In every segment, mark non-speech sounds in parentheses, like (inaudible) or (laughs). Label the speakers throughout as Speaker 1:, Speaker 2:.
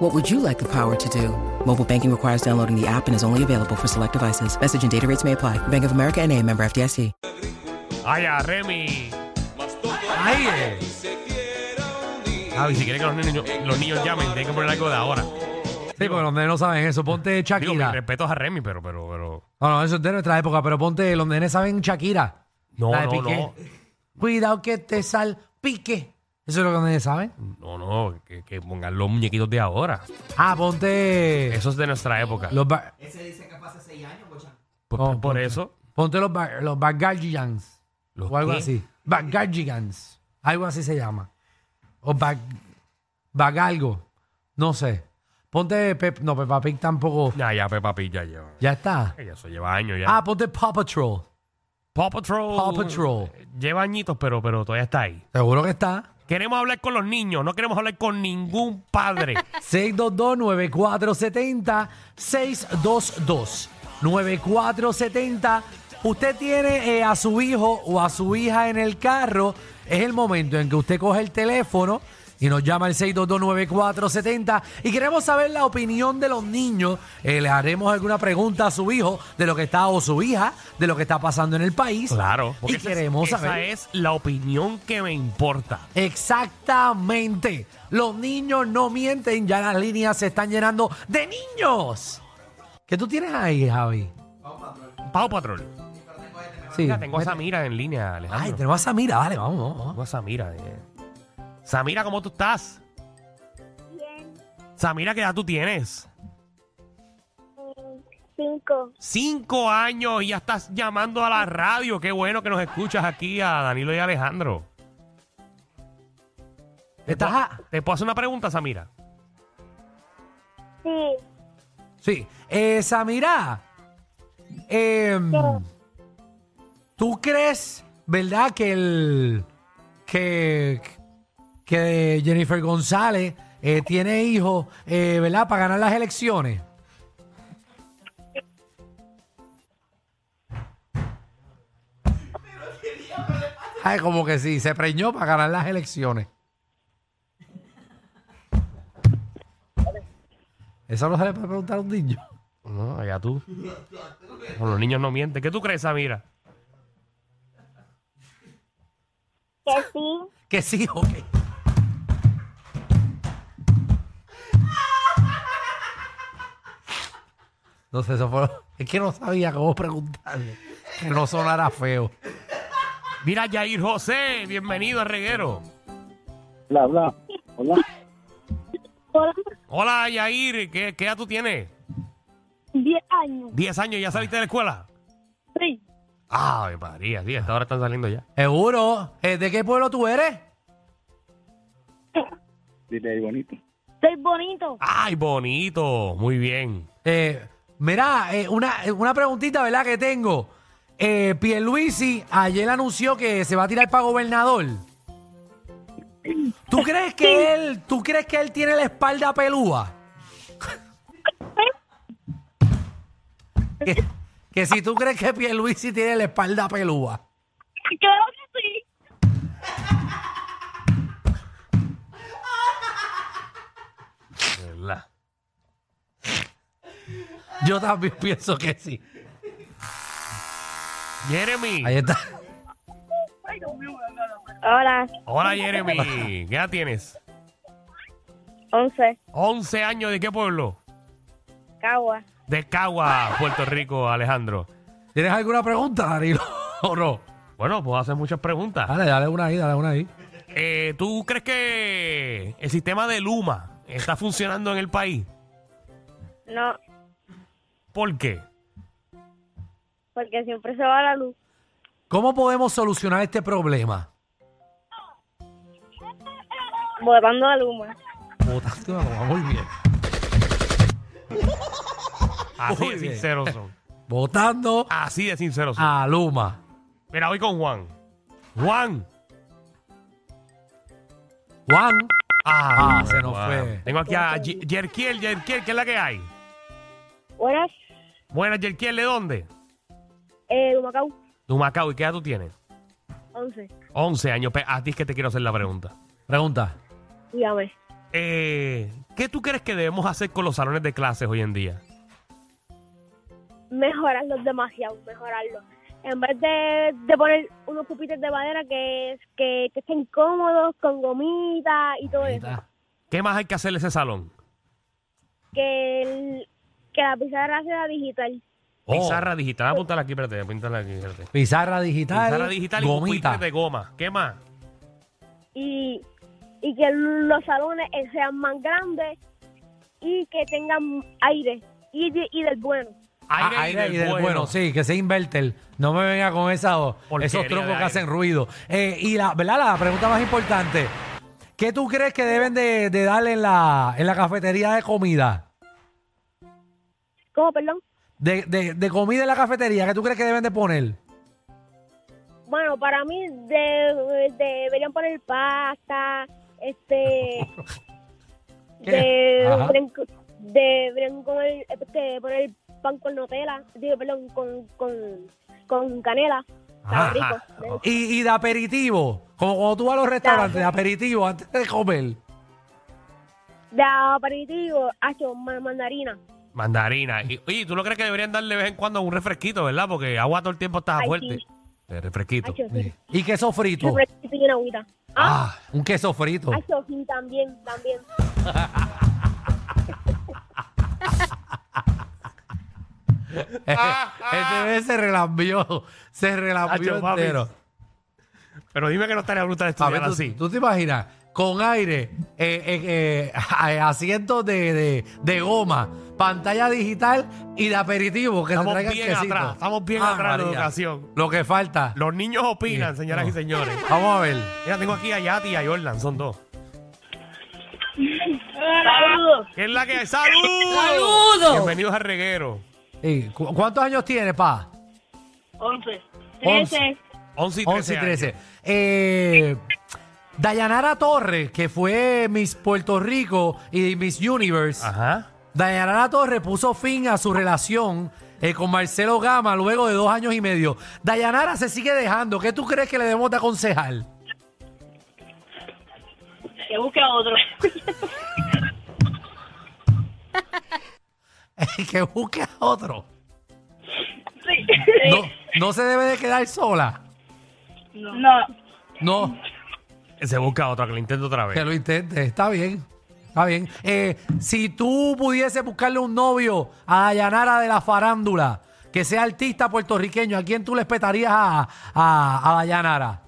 Speaker 1: What would you like the power to do? Mobile banking requires downloading the app and is only available for select devices. Message and data rates may apply. Bank of America and a member FDIC.
Speaker 2: Ay, a Remy. Ay, eh. Javi, si quieren que los niños, los niños llamen, tienen que poner algo de ahora.
Speaker 3: Sí, porque los nenes no saben eso. Ponte
Speaker 2: Digo, mi
Speaker 3: Shakira.
Speaker 2: respeto a Remy, pero, pero, pero.
Speaker 3: No, no, eso es de nuestra época, pero ponte, los nenes saben Shakira.
Speaker 2: No,
Speaker 3: La de
Speaker 2: no,
Speaker 3: Piqué.
Speaker 2: no.
Speaker 3: Cuidado que te salpique. Eso es lo que los nenes saben.
Speaker 2: No, no, que, que pongan los muñequitos de ahora.
Speaker 3: Ah, ponte.
Speaker 2: Eso es de nuestra época.
Speaker 3: Los Bar-
Speaker 2: Pues,
Speaker 3: no,
Speaker 2: por
Speaker 3: ponte.
Speaker 2: eso.
Speaker 3: ponte los, bar, los Bargargigans.
Speaker 2: ¿Los
Speaker 3: o algo
Speaker 2: qué?
Speaker 3: así. Bargargigans. Algo así se llama. O bag, Bagalgo. No sé. Ponte. Pep- no, Peppa Pig tampoco.
Speaker 2: Ya, ya, Peppa Pig ya lleva.
Speaker 3: Ya está.
Speaker 2: Ya, eso lleva años ya.
Speaker 3: Ah, ponte Paw Patrol.
Speaker 2: Paw Patrol.
Speaker 3: Paw Patrol.
Speaker 2: Lleva añitos, pero, pero todavía está ahí.
Speaker 3: Seguro que está.
Speaker 2: Queremos hablar con los niños, no queremos hablar con ningún
Speaker 3: (laughs)
Speaker 2: padre.
Speaker 3: 622-9470, 622-9470. Usted tiene eh, a su hijo o a su hija en el carro. Es el momento en que usted coge el teléfono y nos llama al 622-9470. Y queremos saber la opinión de los niños. Eh, le haremos alguna pregunta a su hijo de lo que está o su hija, de lo que está pasando en el país.
Speaker 2: claro. esa
Speaker 3: Y
Speaker 2: es-
Speaker 3: queremos
Speaker 2: esa
Speaker 3: saber.
Speaker 2: es la opinión que me importa.
Speaker 3: Exactamente. Los niños no mienten, ya las líneas se están llenando de niños. ¿Qué tú tienes ahí, Javi?
Speaker 2: Paw Patrol.
Speaker 3: Sí.
Speaker 2: Mira, tengo a Samira en línea, Alejandro.
Speaker 3: Ay, tenemos a Samira, vale, vamos, vamos, vamos.
Speaker 2: Tengo a Samira. eh. Samira, ¿cómo tú estás?
Speaker 4: Bien,
Speaker 2: Samira, ¿qué edad tú tienes?
Speaker 4: eh, cinco.
Speaker 2: Cinco años y ya estás llamando a la radio. Qué bueno que nos escuchas aquí a Danilo y a Alejandro.
Speaker 3: ¿Estás a-
Speaker 2: ¿Te puedo hacer una pregunta, Samira?
Speaker 4: Sí,
Speaker 3: Sí. Eh, Samira, em, ¿tú crees, verdad, que el. que. que Jennifer González eh, tiene hijos, eh, ¿verdad?, para ganar las elecciones. Ay, como que sí, se preñó para ganar las elecciones. Eso no se le puede preguntar a un niño.
Speaker 2: No, allá tú. Con los niños no mienten. ¿Qué tú crees, Samira?
Speaker 4: que sí.
Speaker 3: Que sí, ok. No sé, eso fue. Es que no sabía cómo preguntarle. Que no sonara feo.
Speaker 2: Mira, Jair José, bienvenido a Reguero.
Speaker 5: Hola, hola, hola,
Speaker 4: Por
Speaker 2: Hola, Jair, ¿qué, qué edad tú tienes?
Speaker 4: diez años.
Speaker 2: ¿Diez años ya saliste de la escuela?
Speaker 4: Sí,
Speaker 2: Ay, María, sí, hasta ahora están saliendo ya.
Speaker 3: Seguro. Eh, ¿De qué pueblo tú eres?
Speaker 5: dile ahí bonito.
Speaker 4: soy bonito.
Speaker 2: Ay, bonito, muy bien.
Speaker 3: Eh, mira, eh, una, eh, una preguntita, ¿verdad? Que tengo. Eh, Pierluisi ayer anunció que se va a tirar para gobernador. ¿Tú crees que él, tú crees que él tiene la espalda pelúa? que, que si tú crees que Pierluisi tiene la espalda pelúa.
Speaker 4: Claro que sí.
Speaker 2: de ¿Verdad?
Speaker 3: Yo también pienso que sí.
Speaker 2: Jeremy.
Speaker 3: Ahí está.
Speaker 4: Hola,
Speaker 2: Hola, Jeremy. ¿Qué edad tienes?
Speaker 4: once.
Speaker 2: 11 años. ¿De qué pueblo?
Speaker 4: Cagua.
Speaker 2: De Cagua, Puerto Rico, Alejandro.
Speaker 3: ¿Tienes alguna pregunta, Danilo? ¿O Oh, no? Ah.
Speaker 2: Bueno, puedo hacer muchas preguntas.
Speaker 3: Dale, dale una ahí, dale una ahí.
Speaker 2: Eh, ¿Tú crees que el sistema de Luma está funcionando en el país?
Speaker 4: No,
Speaker 2: ¿Por qué?
Speaker 4: porque siempre se va la luz.
Speaker 3: ¿Cómo podemos solucionar este problema?
Speaker 4: Botando a Luma.
Speaker 3: Votaste una goma, muy bien.
Speaker 2: Así
Speaker 3: Muy
Speaker 2: de
Speaker 3: bien.
Speaker 2: sinceros son.
Speaker 3: Votando
Speaker 2: Así de sinceros son.
Speaker 3: a Luma.
Speaker 2: Mira, voy con Juan. Juan.
Speaker 3: Juan.
Speaker 2: Ah,
Speaker 3: Ah, se nos
Speaker 2: Juan.
Speaker 3: fue.
Speaker 2: Tengo aquí a Ye- Yerkiel, Yerkiel, ¿qué es la que hay?
Speaker 4: Buenas,
Speaker 2: Buenas, Yerkiel, ¿de dónde?
Speaker 4: eh, Humacao,
Speaker 2: Tu Macao, ¿y qué edad tú tienes?
Speaker 4: 11.
Speaker 2: 11 años. Pe- A ti es que te quiero hacer la pregunta.
Speaker 3: Pregunta.
Speaker 4: Dígame,
Speaker 2: Eh, ¿Qué tú crees que debemos hacer con los salones de clases hoy en día?
Speaker 4: mejorarlos demasiado, mejorarlos. En vez de, de poner unos pupitres de madera que, que, que estén cómodos, con gomita y todo eso.
Speaker 2: ¿Qué más hay que hacerle a ese salón?
Speaker 4: Que, el- que la pizarra sea digital.
Speaker 3: Oh.
Speaker 2: Pizarra digital. Voy a apuntarla aquí, espérate, apúntala aquí, espérate.
Speaker 3: Pizarra digital.
Speaker 2: Pizarra digital y
Speaker 3: Gomita.
Speaker 2: pupitres de goma. ¿Qué más?
Speaker 4: Y, y que los salones eh, sean más grandes y que tengan aire y, de- y del bueno.
Speaker 3: Ah, aire y del bueno. sí, que sea inverter. No me venga con esa, o-
Speaker 2: Porquería
Speaker 3: esos
Speaker 2: de
Speaker 3: troncos que
Speaker 2: aire.
Speaker 3: hacen ruido. Eh, y la, ¿verdad? La pregunta más importante. ¿Qué tú crees que deben de, de darle en la, en la cafetería de comida?
Speaker 4: ¿Cómo, perdón?
Speaker 3: De, de- de comida en la cafetería, ¿qué tú crees que deben de poner?
Speaker 4: Bueno, para mí de- deberían poner pasta, este...
Speaker 3: ¿Qué?
Speaker 4: de-
Speaker 3: Ajá.
Speaker 4: Deberían, deberían comer, este, poner pan con Nutella, digo, perdón, con, con, con canela. Está
Speaker 2: Ajá.
Speaker 4: rico.
Speaker 3: Y, y de aperitivo, como cuando tú vas a los restaurantes, de aperitivo, antes de comer.
Speaker 4: De aperitivo, hacho, ma- mandarina.
Speaker 2: Mandarina. Y, oye, ¿tú no crees que deberían darle de vez en cuando un refresquito, verdad? Porque agua todo el tiempo está
Speaker 4: Ay,
Speaker 2: fuerte.
Speaker 4: sí.
Speaker 2: Eh, refresquito.
Speaker 4: Hacho, sí.
Speaker 3: Y queso frito.
Speaker 4: Refresquito y una agüita. Ah,
Speaker 3: Ah, un queso frito. (laughs)
Speaker 4: hacho, sí, también, también.
Speaker 3: este bebé se relambió. Se relambió
Speaker 2: Hacho, papi.
Speaker 3: entero.
Speaker 2: Pero dime que no estaría brutal
Speaker 3: A
Speaker 2: estudiar
Speaker 3: ver, tú,
Speaker 2: así.
Speaker 3: tú te imaginas, con aire, eh, eh, (laughs) eh, asientos de, de- de goma, pantalla digital y de aperitivo que
Speaker 2: Estamos
Speaker 3: se traigan
Speaker 2: bien
Speaker 3: quesito. Ah,
Speaker 2: atrás, estamos bien atrás de la educación.
Speaker 3: Lo que falta.
Speaker 2: Los niños opinan,
Speaker 3: Bien.
Speaker 2: señoras y señores.
Speaker 3: Vamos a ver.
Speaker 2: Mira, tengo aquí a Yati y a Jordan, son dos.
Speaker 4: Saludos.
Speaker 2: ¿Qué es la que hay? ¡Saludos!
Speaker 6: ¡Saludos!
Speaker 2: Bienvenidos a Reguero.
Speaker 3: Sí, ¿cu- ¿Cuántos años tiene, pa?
Speaker 4: 11.
Speaker 3: Once.
Speaker 4: 13.
Speaker 2: 11 y 13.
Speaker 3: 11 y
Speaker 2: años.
Speaker 3: 13. Eh, Dayanara Torres, que fue Miss Puerto Rico y Miss Universe.
Speaker 2: Ajá.
Speaker 3: Dayanara Torres puso fin a su relación eh, con Marcelo Gama luego de dos años y medio. Dayanara se sigue dejando. ¿Qué tú crees que le debemos de aconsejar? (laughs)
Speaker 4: Que busque otro.
Speaker 3: que busque a otro. No, no se debe de quedar sola.
Speaker 4: No.
Speaker 3: No,
Speaker 2: Se busca otra, que lo intento otra vez.
Speaker 3: que lo intente. Está bien. Está bien. Eh, si tú pudieses buscarle un novio a Dayanara de la farándula, que sea artista puertorriqueño, ¿a quién tú le petarías a, a, a Dayanara?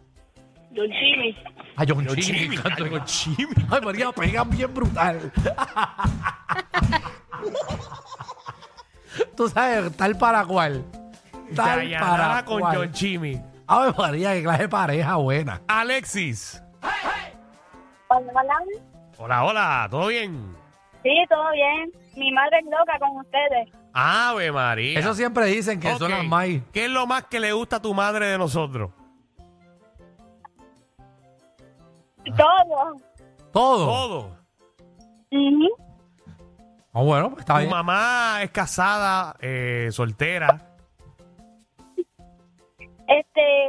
Speaker 4: Don Jimmy.
Speaker 3: A John
Speaker 2: Yo,
Speaker 3: Chimmy,
Speaker 2: Jimmy,
Speaker 3: canto
Speaker 2: yo,
Speaker 3: yo.
Speaker 2: Jimmy.
Speaker 3: Ay, María, pegan bien brutal. (laughs) Tú sabes, tal para cual. Tal
Speaker 2: Dayanara
Speaker 3: para
Speaker 2: con
Speaker 3: cual.
Speaker 2: John Chimmy.
Speaker 3: Ay, María, qué clase de pareja buena.
Speaker 2: Alexis.
Speaker 4: Hola, hola.
Speaker 2: Hola, hola, ¿todo bien?
Speaker 4: Sí, todo bien. Mi madre es loca con ustedes.
Speaker 2: Ave María.
Speaker 3: Eso siempre dicen que
Speaker 2: Ok.
Speaker 3: son las más.
Speaker 2: ¿Qué es lo más que le gusta a tu madre de nosotros?
Speaker 4: Ah. Todo.
Speaker 3: Todo.
Speaker 2: Todo.
Speaker 3: Ah, bueno, pues está
Speaker 2: tu
Speaker 3: bien.
Speaker 2: mamá es casada, eh, soltera.
Speaker 4: Este.